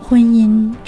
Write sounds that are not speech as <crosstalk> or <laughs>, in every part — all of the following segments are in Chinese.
婚姻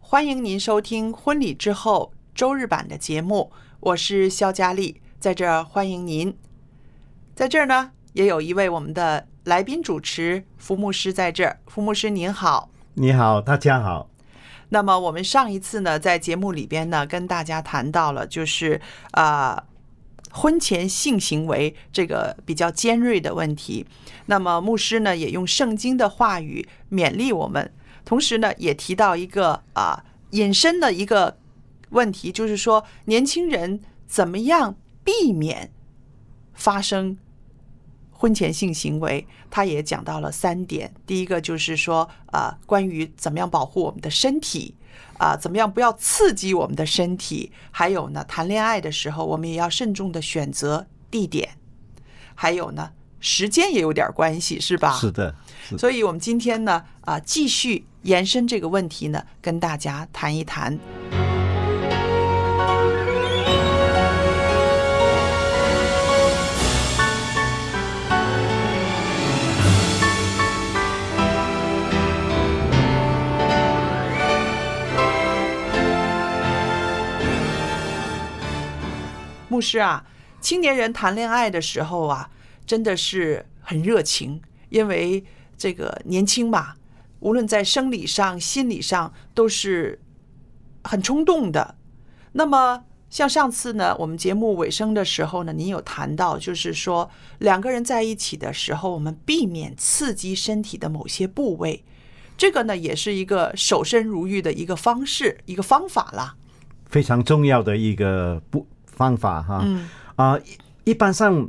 欢迎您收听《婚礼之后》周日版的节目，我是肖佳丽，在这儿欢迎您。在这儿呢，也有一位我们的来宾主持福牧师在这儿，福牧师您好。你好，大家好。那么我们上一次呢，在节目里边呢，跟大家谈到了，就是啊、呃婚前性行为这个比较尖锐的问题。那么牧师呢，也用圣经的话语勉励我们，同时呢，也提到一个啊、引申的一个问题，就是说年轻人怎么样避免发生婚前性行为，他也讲到了三点。第一个就是说，呃，关于怎么样保护我们的身体，啊、怎么样不要刺激我们的身体。还有呢，谈恋爱的时候，我们也要慎重的选择地点。还有呢，时间也有点关系，是吧？是的，是的所以，我们今天呢，啊、继续延伸这个问题呢，跟大家谈一谈。牧师啊，青年人谈恋爱的时候啊，真的是很热情，因为这个年轻嘛，无论在生理上、心理上都是很冲动的。那么，像上次呢，我们节目尾声的时候呢，您有谈到，就是说两个人在一起的时候，我们避免刺激身体的某些部位，这个呢，也是一个守身如玉的一个方式、一个方法啦。非常重要的一个不方法哈。嗯啊、一一般上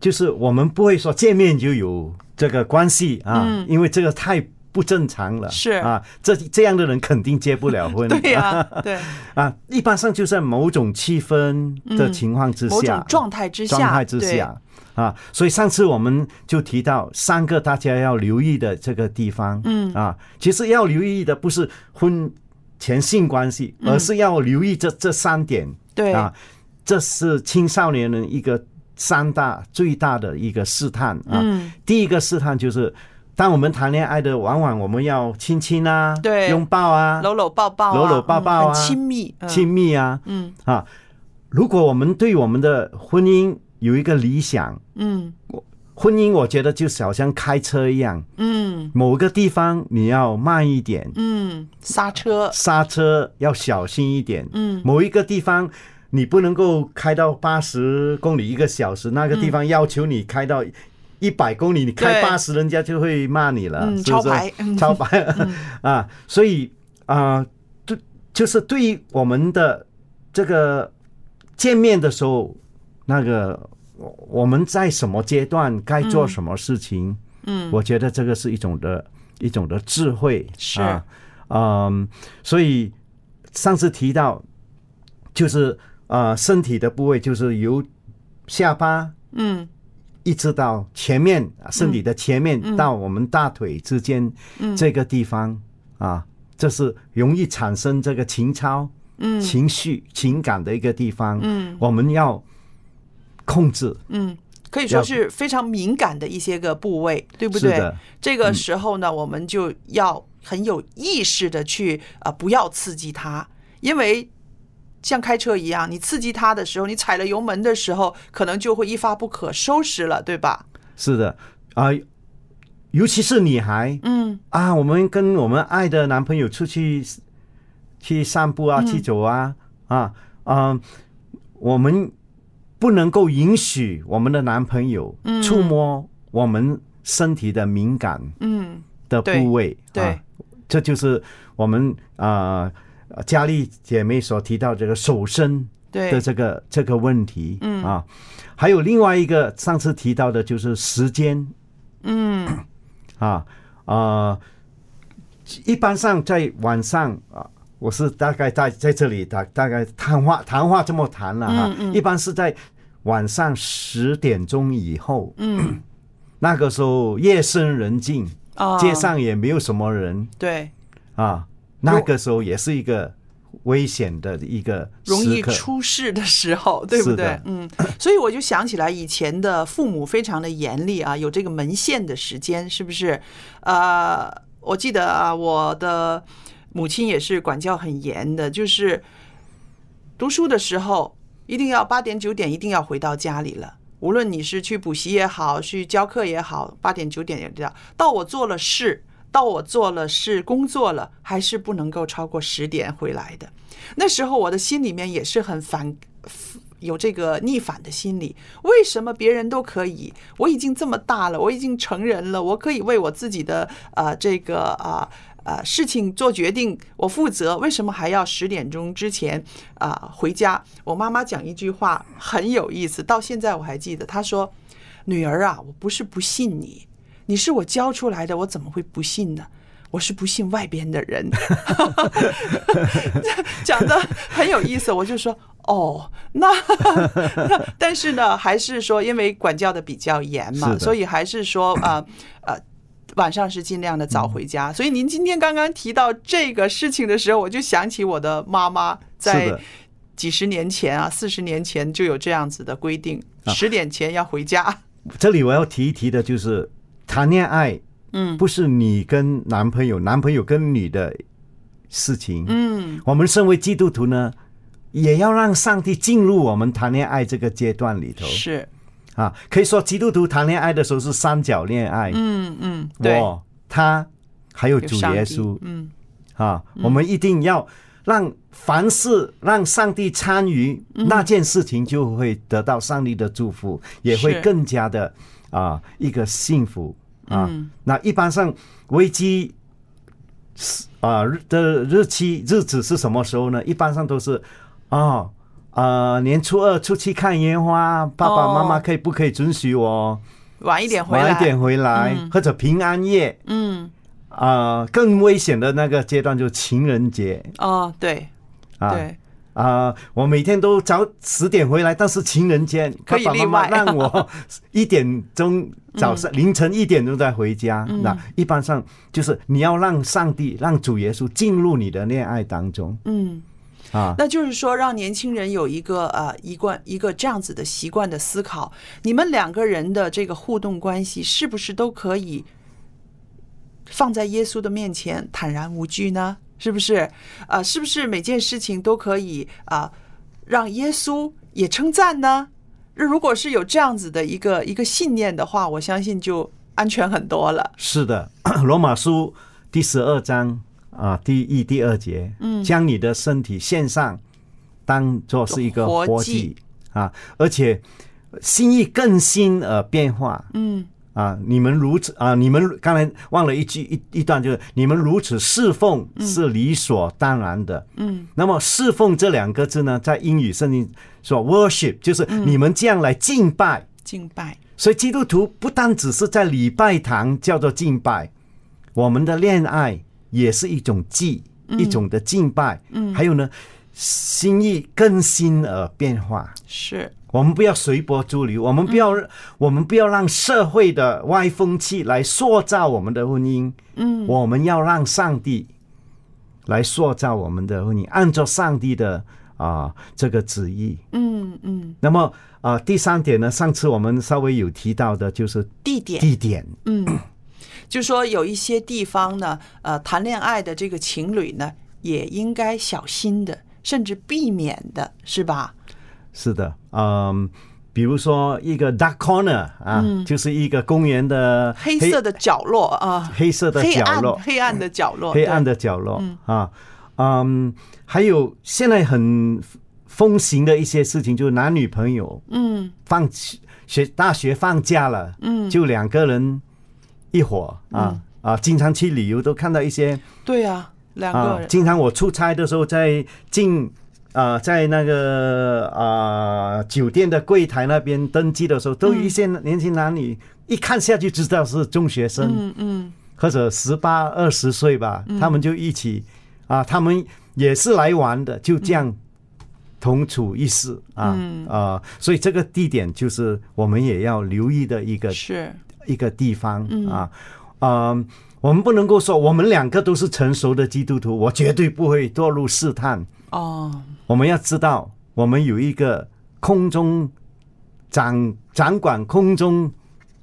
就是我们不会说见面就有这个关系啊，嗯因为这个太不正常了。是啊，这这样的人肯定结不了婚。 <laughs> <laughs> 对呀、对，啊，一般上就在某种气氛的嗯情况之某下，种状态之下，状态之对下啊。所以上次我们就提到三个大家要留意的这个地方，嗯啊，其实要留意的不是婚前性关系，嗯而是要留意这这三点对，啊，这是青少年人一个三大最大的一个试探啊。嗯，第一个试探就是。当我们谈恋爱的，往往我们要亲亲啊，对拥抱啊，搂搂抱抱啊，搂搂抱抱啊嗯很亲密，嗯亲，密啊，嗯啊，如果我们对我们的婚姻有一个理想，嗯婚姻我觉得就好像开车一样，嗯某个地方你要慢一点，嗯，刹车，刹车要小心一点，嗯某一个地方。你不能够开到八十公里一个小时，那个地方要求你开嗯到一百公里，你开对八十，人家就会骂你了，嗯是不是超牌嗯超白 <laughs> 啊，所以啊，对、就是对于我们的这个见面的时候，那个我我们在什么阶段该做什么事情，嗯我觉得这个是一种的一种的智慧，是啊，嗯，所以上次提到就是呃身体的部位就是由下巴嗯一直到前面啊身体的前面到我们大腿之间嗯这个地方啊，这是容易产生这个情操、嗯情绪、情感的一个地方。嗯我们要控制，嗯，可以说是非常敏感的一些个部位，对不是对的？嗯这个时候呢，我们就要很有意识的去啊、呃不要刺激它，因为像开车一样，你刺激它的时候，你踩了油门的时候，可能就会一发不可收拾了，对吧？是的啊、尤其是女孩嗯啊，我们跟我们爱的男朋友出去去散步嗯啊，去走啊啊啊、我们不能够允许我们的男朋友触摸我们身体的敏感嗯，的对部位，对啊，这就是我们啊。呃佳丽姐妹所提到这个手伸的对，这个这个问题，嗯啊，还有另外一个上次提到的就是时间嗯啊啊，一般上在晚上啊，我是大概在在这里大大概谈话谈话这么谈了哈、嗯一般是在晚上十点钟以后，嗯那个时候夜深人静，啊，街上也没有什么人对，啊，那个时候也是一个危险的一个容易时刻出事的时候， <laughs> 对不是对的？嗯，所以我就想起来以前的父母非常的严厉啊，有这个门限的时间，是不是？呃，我记得啊，我的母亲也是管教很严的，就是读书的时候一定要八点九点一定要回到家里了。无论你是去补习也好，去教课也好，八点九点也这样。到我做了事，到我做了事，工作了，还是不能够超过十点回来的。那时候我的心里面也是很反，有这个逆反的心理。为什么别人都可以？我已经这么大了，我已经成人了，我可以为我自己的呃这个啊。呃呃，事情做决定，我负责，为什么还要十点钟之前啊、回家？我妈妈讲一句话很有意思，到现在我还记得。她说：“女儿啊，我不是不信你，你是我教出来的，我怎么会不信呢？我是不信外边的人。” <laughs> 讲的很有意思，我就说哦，那 <laughs> 那但是呢，还是说因为管教的比较严是嘛，的所以还是说啊呃。呃晚上是尽量的嗯早回家，所以您今天刚刚提到这个事情的时候，我就想起我的妈妈是在的几十年前啊，四十年前就有这样子的规定，啊十点前要回家。这里我要提一提的就是，谈恋爱嗯不是你跟男朋友、男朋友跟你的事情。嗯我们身为基督徒呢，也要让上帝进入我们谈恋爱这个阶段里头是，啊。可以说，基督徒谈恋爱的时候是三角恋爱，嗯嗯，对，我、他还有有主上耶帝稣嗯啊。我们一定要让凡事让上帝参与嗯那件事情，就会得到上帝的祝福，也是会更加的啊一个幸福啊。嗯那一般上危机是啊日的日期日子是什么时候呢？一般上都是哦。呃，年初二出去看烟花，爸爸妈妈哦可以不可以准许我晚一点回来，晚一点回来，嗯或者平安夜？嗯啊、更危险的那个阶段就是情人节哦，对啊啊、对，我每天都早十点回来，但是情人节可以爸爸妈妈例外嗯让我一点钟早上、凌晨一点钟再回家。那一般上就是你要让上帝、让主耶稣进入你的恋爱当中嗯。啊。那就是说，让年轻人有一个呃一贯一个这样子的习惯的思考，你们两个人的这个互动关系是不是都可以放在耶稣的面前坦然无惧呢？是不是？呃，是不是每件事情都可以啊、让耶稣也称赞呢？那如果是有这样子的一个一个信念的话，我相信就安全很多了。是的， <coughs> 《罗马书》第十二章啊，第一、第二节，嗯，将你的身体献上，当做是一个活活祭祭啊，而且心意更新而变化，嗯啊，你们如此啊，你们刚才忘了一句一一段，就是你们如此侍奉是理所当然的。嗯，那么侍奉这两个字呢，在英语圣经说 worship，就是你们这样来敬拜。敬拜，所以基督徒不单只是在礼拜堂叫做敬拜，我们的恋爱也是一种祭，一种的敬拜。嗯，还有呢，心意更新而变化。是我们不要随波逐流，我们不要、我们不要让社会的歪风气来塑造我们的婚姻，嗯，我们要让上帝来塑造我们的婚姻，按照上帝的啊、这个旨意。嗯嗯，那么啊、第三点呢，上次我们稍微有提到的就是地点，地点，嗯，就说有一些地方呢，呃，谈恋爱的这个情侣呢，也应该小心的，甚至避免的，是吧？是的，嗯。比如说一个 dark corner 啊，就是一个公园的嗯黑色的角落啊，黑色的黑角暗落，黑暗的角落，黑暗对的角落啊，嗯，还有现在很风行的一些事情，就是男女朋友嗯放学大学放假了，嗯，就两个人一伙啊啊，经常去旅游都看到一些对啊，两个啊，人，经常我出差的时候在进。啊、在那个啊、酒店的柜台那边登记的时候，都有一些年轻男女，一看下去知道是中学生，嗯嗯或者十八二十岁吧，他们就一起啊，他们也是来玩的，就这样同处一室啊啊、嗯所以这个地点就是我们也要留意的一个是，一个地方啊，嗯，我们不能够说我们两个都是成熟的基督徒，我绝对不会堕入试探。哦，我们要知道，我们有一个空中掌掌管空中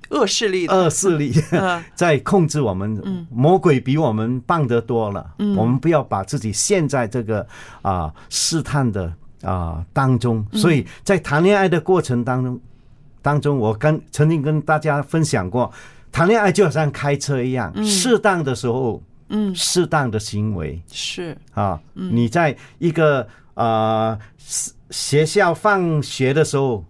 恶势力的，恶势力。嗯在控制我们。魔鬼比我们棒得多了。我们不要把自己陷在这个啊、试探的啊、当中。所以在谈恋爱的过程当中，当中我跟曾经跟大家分享过，谈恋爱就好像开车一样，适当的时候，嗯，适当的行为是，啊，你在一个啊、学学校放学的时候。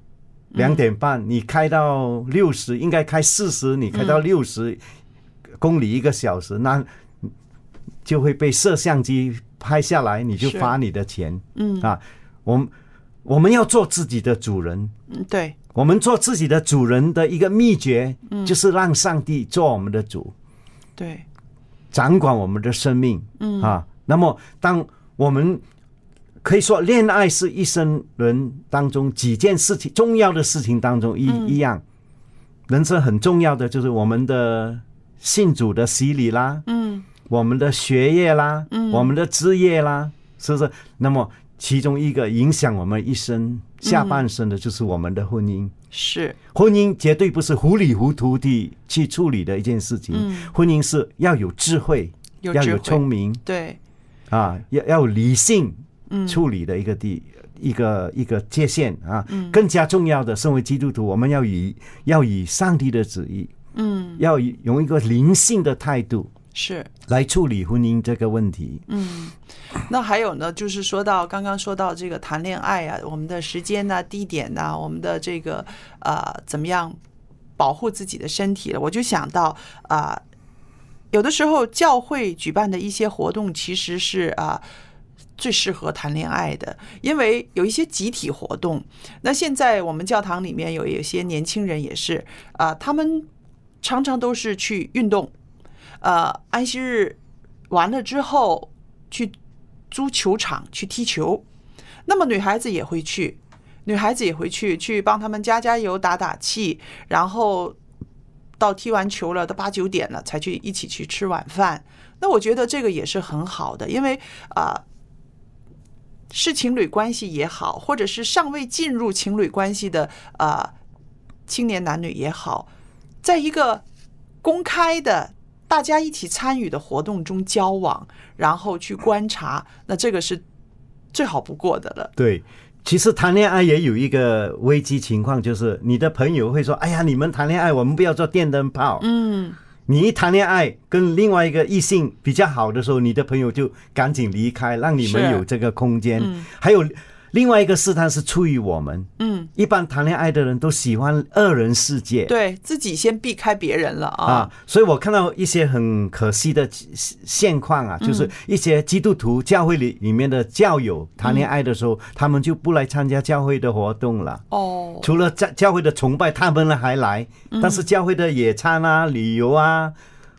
两点半，你开到六十，应该开四十，你开到六十公里一个小时，那就会被摄像机拍下来，你就是罚你的钱嗯啊！我们我们要做自己的主人，嗯，对，我们做自己的主人的一个秘诀，就是让上帝做我们的主。对，掌管我们的生命，嗯啊，那么当我们可以说，恋爱是一生人当中几件事情重要的事情当中一、嗯一样，人生很重要的就是我们的信主的洗礼啦，嗯我们的学业啦，嗯我们的职业啦，是不是？那么其中一个影响我们一生下半生的就是我们的婚姻。是，婚姻绝对不是糊里糊涂地去处理的一件事情，嗯婚姻是要有智慧，有要智有慧聪明对，啊，要要有理性嗯处理的一个地、一个一个界限啊。嗯更加重要的，身为基督徒，我们要以要以上帝的旨意，嗯要以用一个灵性的态度是，来处理婚姻这个问题。嗯，那还有呢，就是说到刚刚说到这个谈恋爱啊，我们的时间呐、地点呐、我们的这个呃怎么样保护自己的身体了，我就想到啊、有的时候教会举办的一些活动其实是啊。最适合谈恋爱的，因为有一些集体活动。那现在我们教堂里面有有些年轻人也是啊、他们常常都是去运动，呃，安息日完了之后去租球场去踢球，那么女孩子也会去，女孩子也会去去帮他们加加油、打打气，然后到踢完球了，都八九点了才去一起去吃晚饭。那我觉得这个也是很好的，因为啊。是情侣关系也好，或者是尚未进入情侣关系的啊、青年男女也好，在一个公开的、大家一起参与的活动中交往，然后去观察，那这个是最好不过的了。对，其实谈恋爱也有一个危机情况，就是你的朋友会说：“哎呀，你们谈恋爱，我们不要做电灯泡。”嗯，你一谈恋爱跟另外一个异性比较好的时候，你的朋友就赶紧离开，让你们是有这个空间。还有另外一个试探是出于我们，嗯，一般谈恋爱的人都喜欢二人世界，对自己先避开别人了啊啊。，所以我看到一些很可惜的现现况嗯啊，就是一些基督徒教会里里面的教友谈恋爱的嗯时候，他们就不来参加教会的活动了。哦，除了教教会的崇拜，他们还来，但是教会的野餐啊、旅游啊、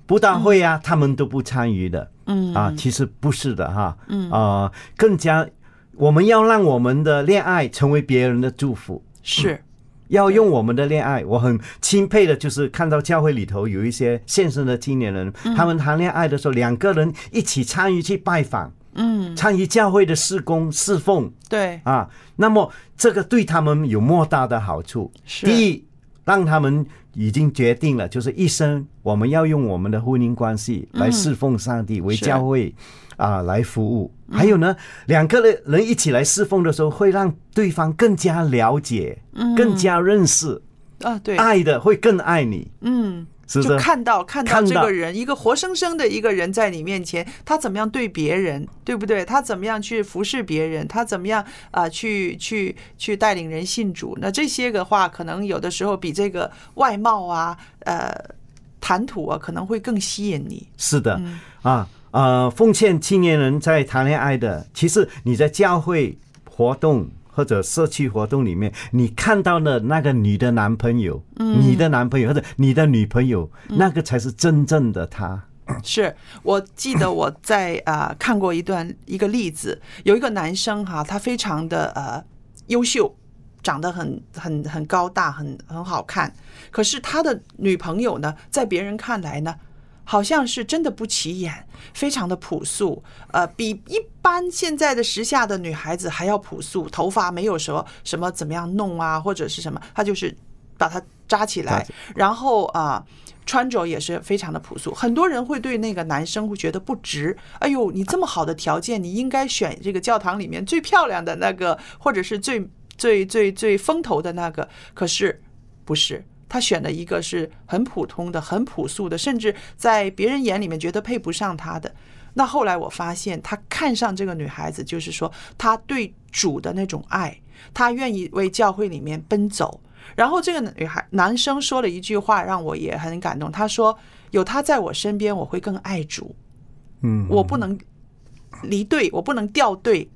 布道会啊，他们都不参与的。嗯啊，其实不是的哈。嗯啊、更加我们要让我们的恋爱成为别人的祝福，是要用我们的恋爱，我很钦佩的，就是看到教会里头有一些现生的青年人，他们谈恋爱的时候，两个人一起参与去拜访，嗯，参与教会的事工侍奉对，啊，那么这个对他们有莫大的好处。是第一，让他们已经决定了，就是一生我们要用我们的婚姻关系来侍奉上帝，为是教会啊、来服务。还有呢，两个人人一起来侍奉的时候，会让对方更加了解，更加认识，啊，嗯对，爱的会更爱你，嗯，是不？就是看到看到看这到个人，一个活生生的一个人在你面前，他怎么样对别人，对不对？他怎么样去服侍别人？他怎么样啊、去去去带领人信主？那这些的话，可能有的时候比这个外貌啊，呃，谈吐啊，可能会更吸引你。是的，啊，呃，奉劝青年人在谈恋爱的，其实你在教会活动或者社区活动里面，你看到的那个你的男朋友、你的男朋友或者你的女朋友，那个才是真正的他。是我记得我在啊、呃看过一段一个例子，有一个男生哈、他非常的呃优秀，长得很很很高大，很很好看。可是他的女朋友呢，在别人看来呢，好像是真的不起眼，非常的朴素，呃，比一般现在的时下的女孩子还要朴素，头发没有什么什么怎么样弄啊，或者是什么，她就是把它扎起扎来起，然后啊。穿着也是非常的朴素，很多人会对那个男生会觉得不值。哎呦，你这么好的条件，你应该选这个教堂里面最漂亮的那个，或者是最最最最风头的那个。可是不是，他选了一个是很普通的、很朴素的，甚至在别人眼里面觉得配不上他的。那后来我发现，他看上这个女孩子，就是说他对主的那种爱，他愿意为教会里面奔走。然后这个女孩男生说了一句话，让我也很感动。他说：“有他在我身边，我会更爱主。”嗯，我不能离队，我不能掉队。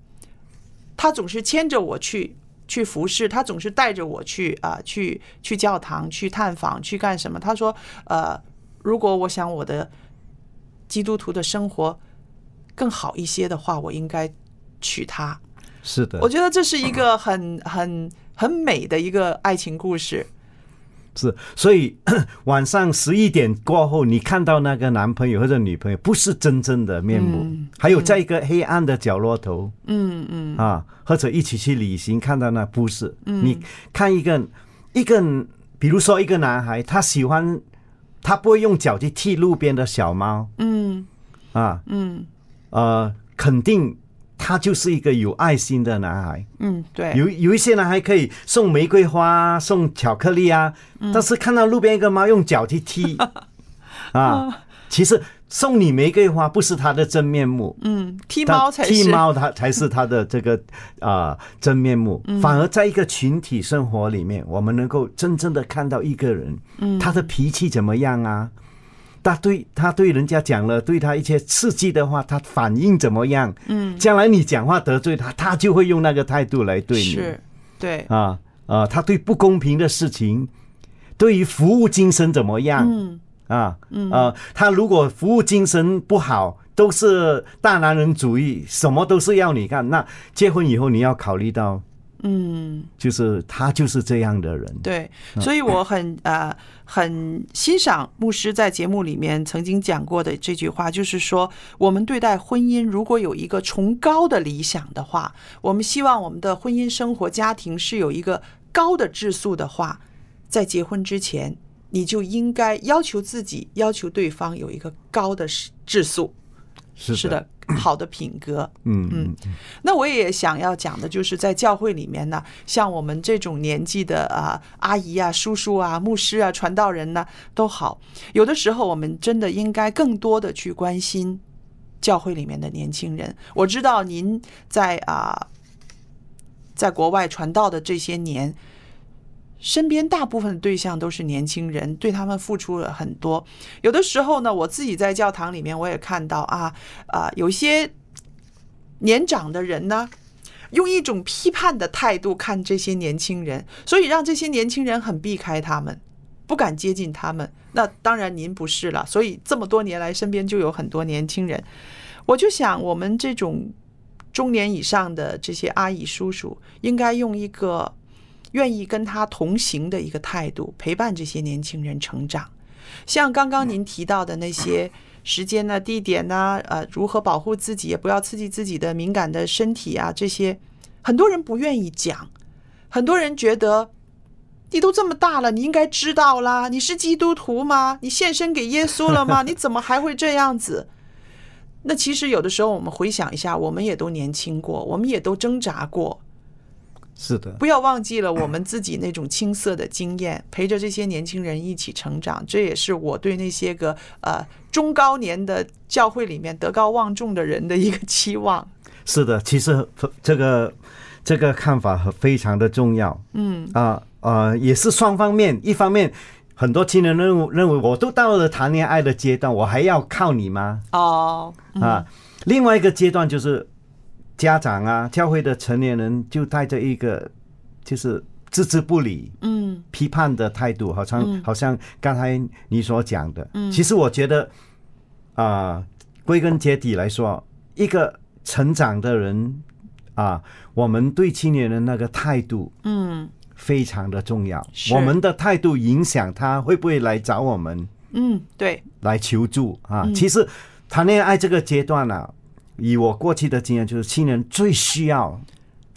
他总是牵着我去去服侍，他总是带着我去啊、去去教堂、去探访、去干什么？他说，呃，如果我想我的基督徒的生活更好一些的话，我应该娶她。是的我，觉得这是一个很很很美的一个爱情故事。是。所以 <coughs> 晚上十一点过后，你看到那个男朋友或者女朋友，不是真正的面目，还有在一个黑暗的角落头。嗯嗯，啊，或者一起去旅行，看到那不是，你看一个一个，比如说一个男孩，他喜欢，他不会用脚去踢路边的小猫，嗯，啊，嗯，呃，肯定他就是一个有爱心的男孩。嗯，对，有有一些男孩可以送玫瑰花、啊、送巧克力啊，嗯但是看到路边一个猫用脚去 <laughs> 踢哦啊，其实送你玫瑰花不是他的真面目，嗯，踢但猫才是剃猫它才是它的这个啊、呃真面目。嗯反而在一个群体生活里面，我们能够真正的看到一个人，嗯他的脾气怎么样啊？他对他对人家讲了对他一些刺激的话，他反应怎么样？嗯，将来你讲话得罪他，他就会用那个态度来对你。是，对，啊啊，他对不公平的事情，对于服务精神怎么样？嗯啊，嗯啊，他如果服务精神不好，都是大男人主义，什么都是要你干。那结婚以后你要考虑到，嗯。就是他就是这样的人。对，所以我很呃很欣赏牧师在节目里面曾经讲过的这句话，就是说，我们对待婚姻如果有一个崇高的理想的话，我们希望我们的婚姻生活、家庭是有一个高的质素的话，在结婚之前，你就应该要求自己、要求对方有一个高的质素，是是，的，好的品格。嗯嗯，那我也想要讲的就是，在教会里面呢，像我们这种年纪的啊、阿姨啊、叔叔啊、牧师啊、传道人呢、都好，有的时候我们真的应该更多的去关心教会里面的年轻人。我知道您在啊、在国外传道的这些年，身边大部分的对象都是年轻人，对他们付出了很多。有的时候呢，我自己在教堂里面我也看到啊啊、有些年长的人呢，用一种批判的态度看这些年轻人，所以让这些年轻人很避开他们，不敢接近他们。那当然您不是了，所以这么多年来身边就有很多年轻人。我就想，我们这种中年以上的这些阿姨叔叔，应该用一个愿意跟他同行的一个态度，陪伴这些年轻人成长。像刚刚您提到的那些时间呢、地点呐、呃，如何保护自己，也不要刺激自己的敏感的身体啊，这些很多人不愿意讲，很多人觉得你都这么大了，你应该知道啦。你是基督徒吗？你献身给耶稣了吗？你怎么还会这样子？那其实有的时候我们回想一下，我们也都年轻过，我们也都挣扎过，是的，不要忘记了我们自己那种青涩的经验，陪着这些年轻人一起成长，这也是我对那些个呃中高年的教会里面德高望重的人的一个期望。是的，其实这个这个看法很非常的重要嗯啊呃，也是双方面，一方面很多青年认为认为我都到了谈恋爱的阶段，我还要靠你吗？哦，啊，另外一个阶段就是家长啊，教会的成年人就带着一个就是置之不理、嗯批判的态度，好像、嗯好像刚才你所讲的，嗯其实我觉得啊、归根结底来说，一个成长的人啊，我们对青年人那个态度嗯非常的重要，是我们的态度影响他会不会来找我们。嗯，对，来求助啊嗯。其实谈恋爱这个阶段呢、以我过去的经验，就是青年最需要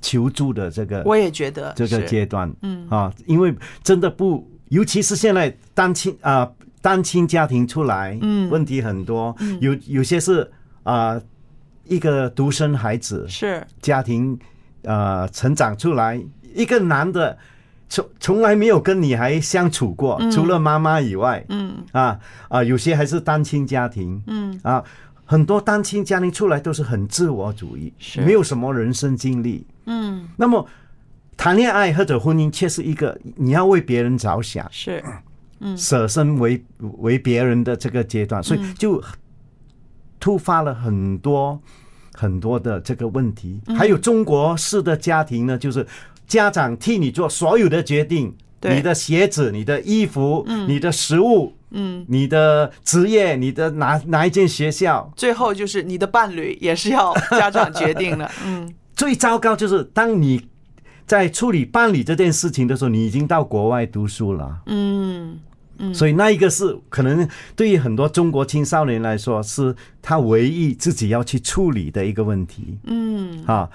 求助的这个我也觉得这个是阶段嗯啊，因为真的不，尤其是现在单亲啊、单亲家庭出来，嗯问题很多嗯，有有些是啊、一个独生孩子，是家庭呃成长出来，一个男的从从来没有跟女孩相处过，嗯除了妈妈以外，嗯啊啊，有些还是单亲家庭嗯啊，很多单亲家庭出来都是很自我主义，是没有什么人生经历。嗯那么谈恋爱或者婚姻却是一个你要为别人着想、是嗯舍身为为别人的这个阶段，所以就突发了很多很多的这个问题。嗯还有中国式的家庭呢，就是家长替你做所有的决定。对你的鞋子、你的衣服、你的食物，嗯，你的职业、你的哪哪一间学校，最后就是你的伴侣也是要家长决定 <laughs> 的，嗯最糟糕就是当你在处理办理这件事情的时候，你已经到国外读书了，嗯所以那一个是可能对于很多中国青少年来说，是他唯一自己要去处理的一个问题嗯啊。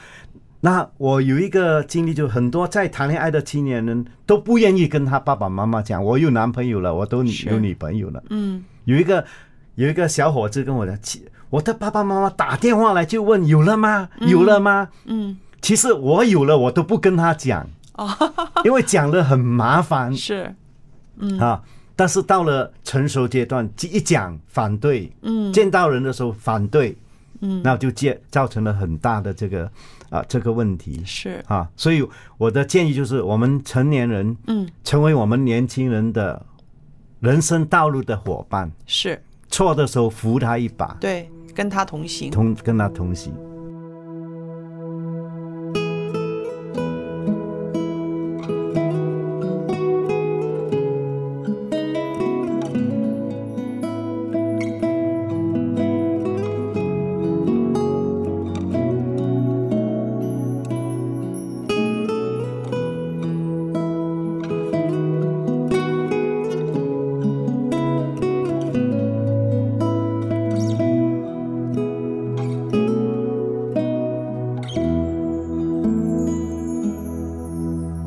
那我有一个经历，就很多在谈恋爱的青年人都不愿意跟他爸爸妈妈讲，我有男朋友了，我都是有女朋友了。嗯有一个有一个小伙子跟我讲，其我的爸爸妈妈打电话来就问有了吗？有了吗？嗯，其实我有了，我都不跟他讲，哦 <laughs> 因为讲了很麻烦是嗯啊。但是到了成熟阶段，一讲反对，嗯见到人的时候反对，嗯那就建造成了很大的这个啊这个问题是啊。所以我的建议就是，我们成年人嗯成为我们年轻人的人生道路的伙伴，是错的时候扶他一把，对，跟他同行。同跟他同行。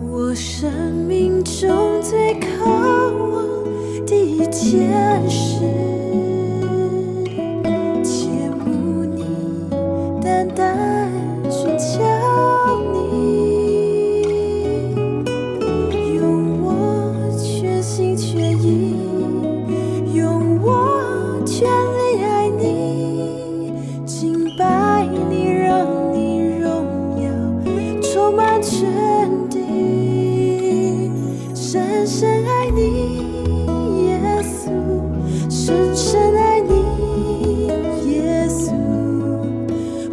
我生命中最渴望的一件事，切慕你，单单寻求你，用我全心全意，用我全力爱你，敬拜你，让你荣耀充满全地，深深爱你，耶稣，深深爱你，耶稣，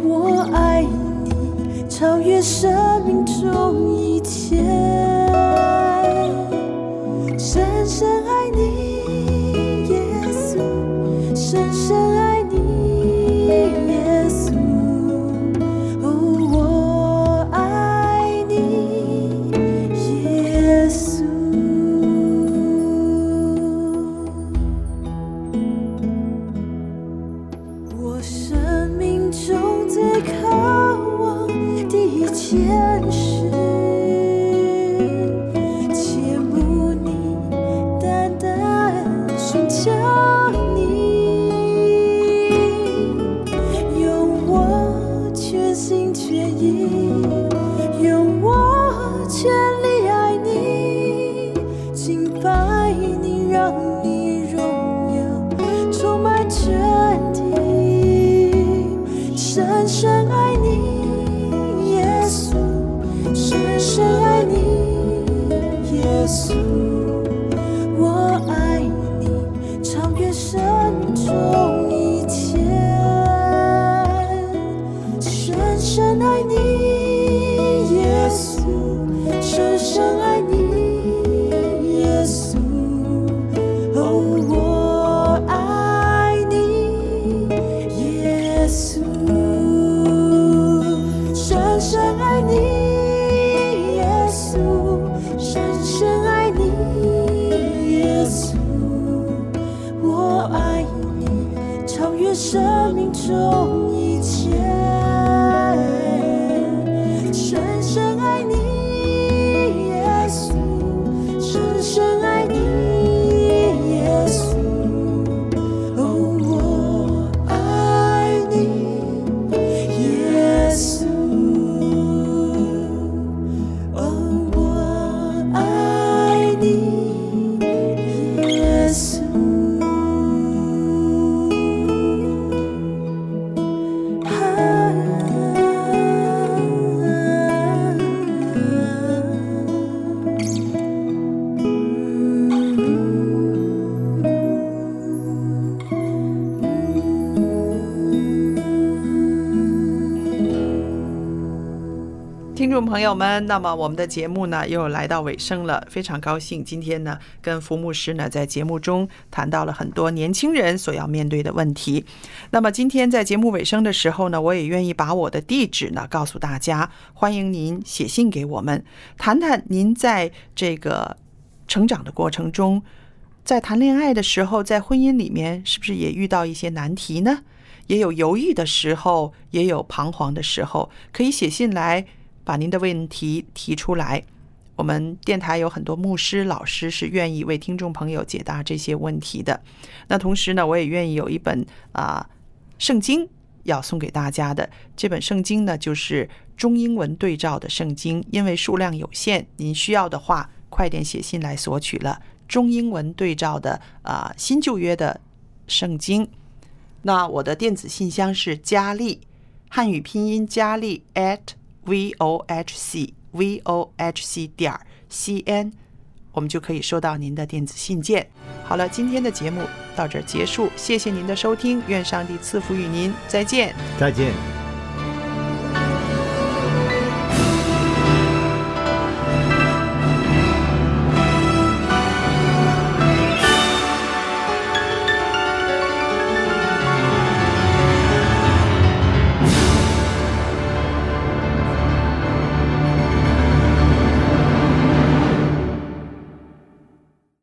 我爱你，超越生命中一切。深深爱你，耶稣，深深爱你，耶稣。哦，我爱你，耶哦中一切，深深爱你，耶稣，深深爱你，耶稣。哦，我爱你，耶稣。哦，我爱你，耶稣。啊啊听众朋友们，那么我们的节目呢又来到尾声了，非常高兴今天呢跟福牧师呢在节目中谈到了很多年轻人所要面对的问题。那么今天在节目尾声的时候呢，我也愿意把我的地址呢告诉大家，欢迎您写信给我们，谈谈您在这个成长的过程中，在谈恋爱的时候，在婚姻里面是不是也遇到一些难题呢？也有犹豫的时候，也有彷徨的时候，可以写信来把您的问题提出来。我们电台有很多牧师、老师是愿意为听众朋友解答这些问题的。那同时呢，我也愿意有一本啊、圣经要送给大家的。这本圣经呢，就是中英文对照的圣经，因为数量有限，您需要的话，快点写信来索取了。中英文对照的啊、新旧约的圣经。那我的电子信箱是佳丽，汉语拼音佳丽 at v o h c v o h c 点 c n，我们就可以收到您的电子信件。好了，今天的节目到这儿结束，谢谢您的收听，愿上帝赐福与您，再见。再见。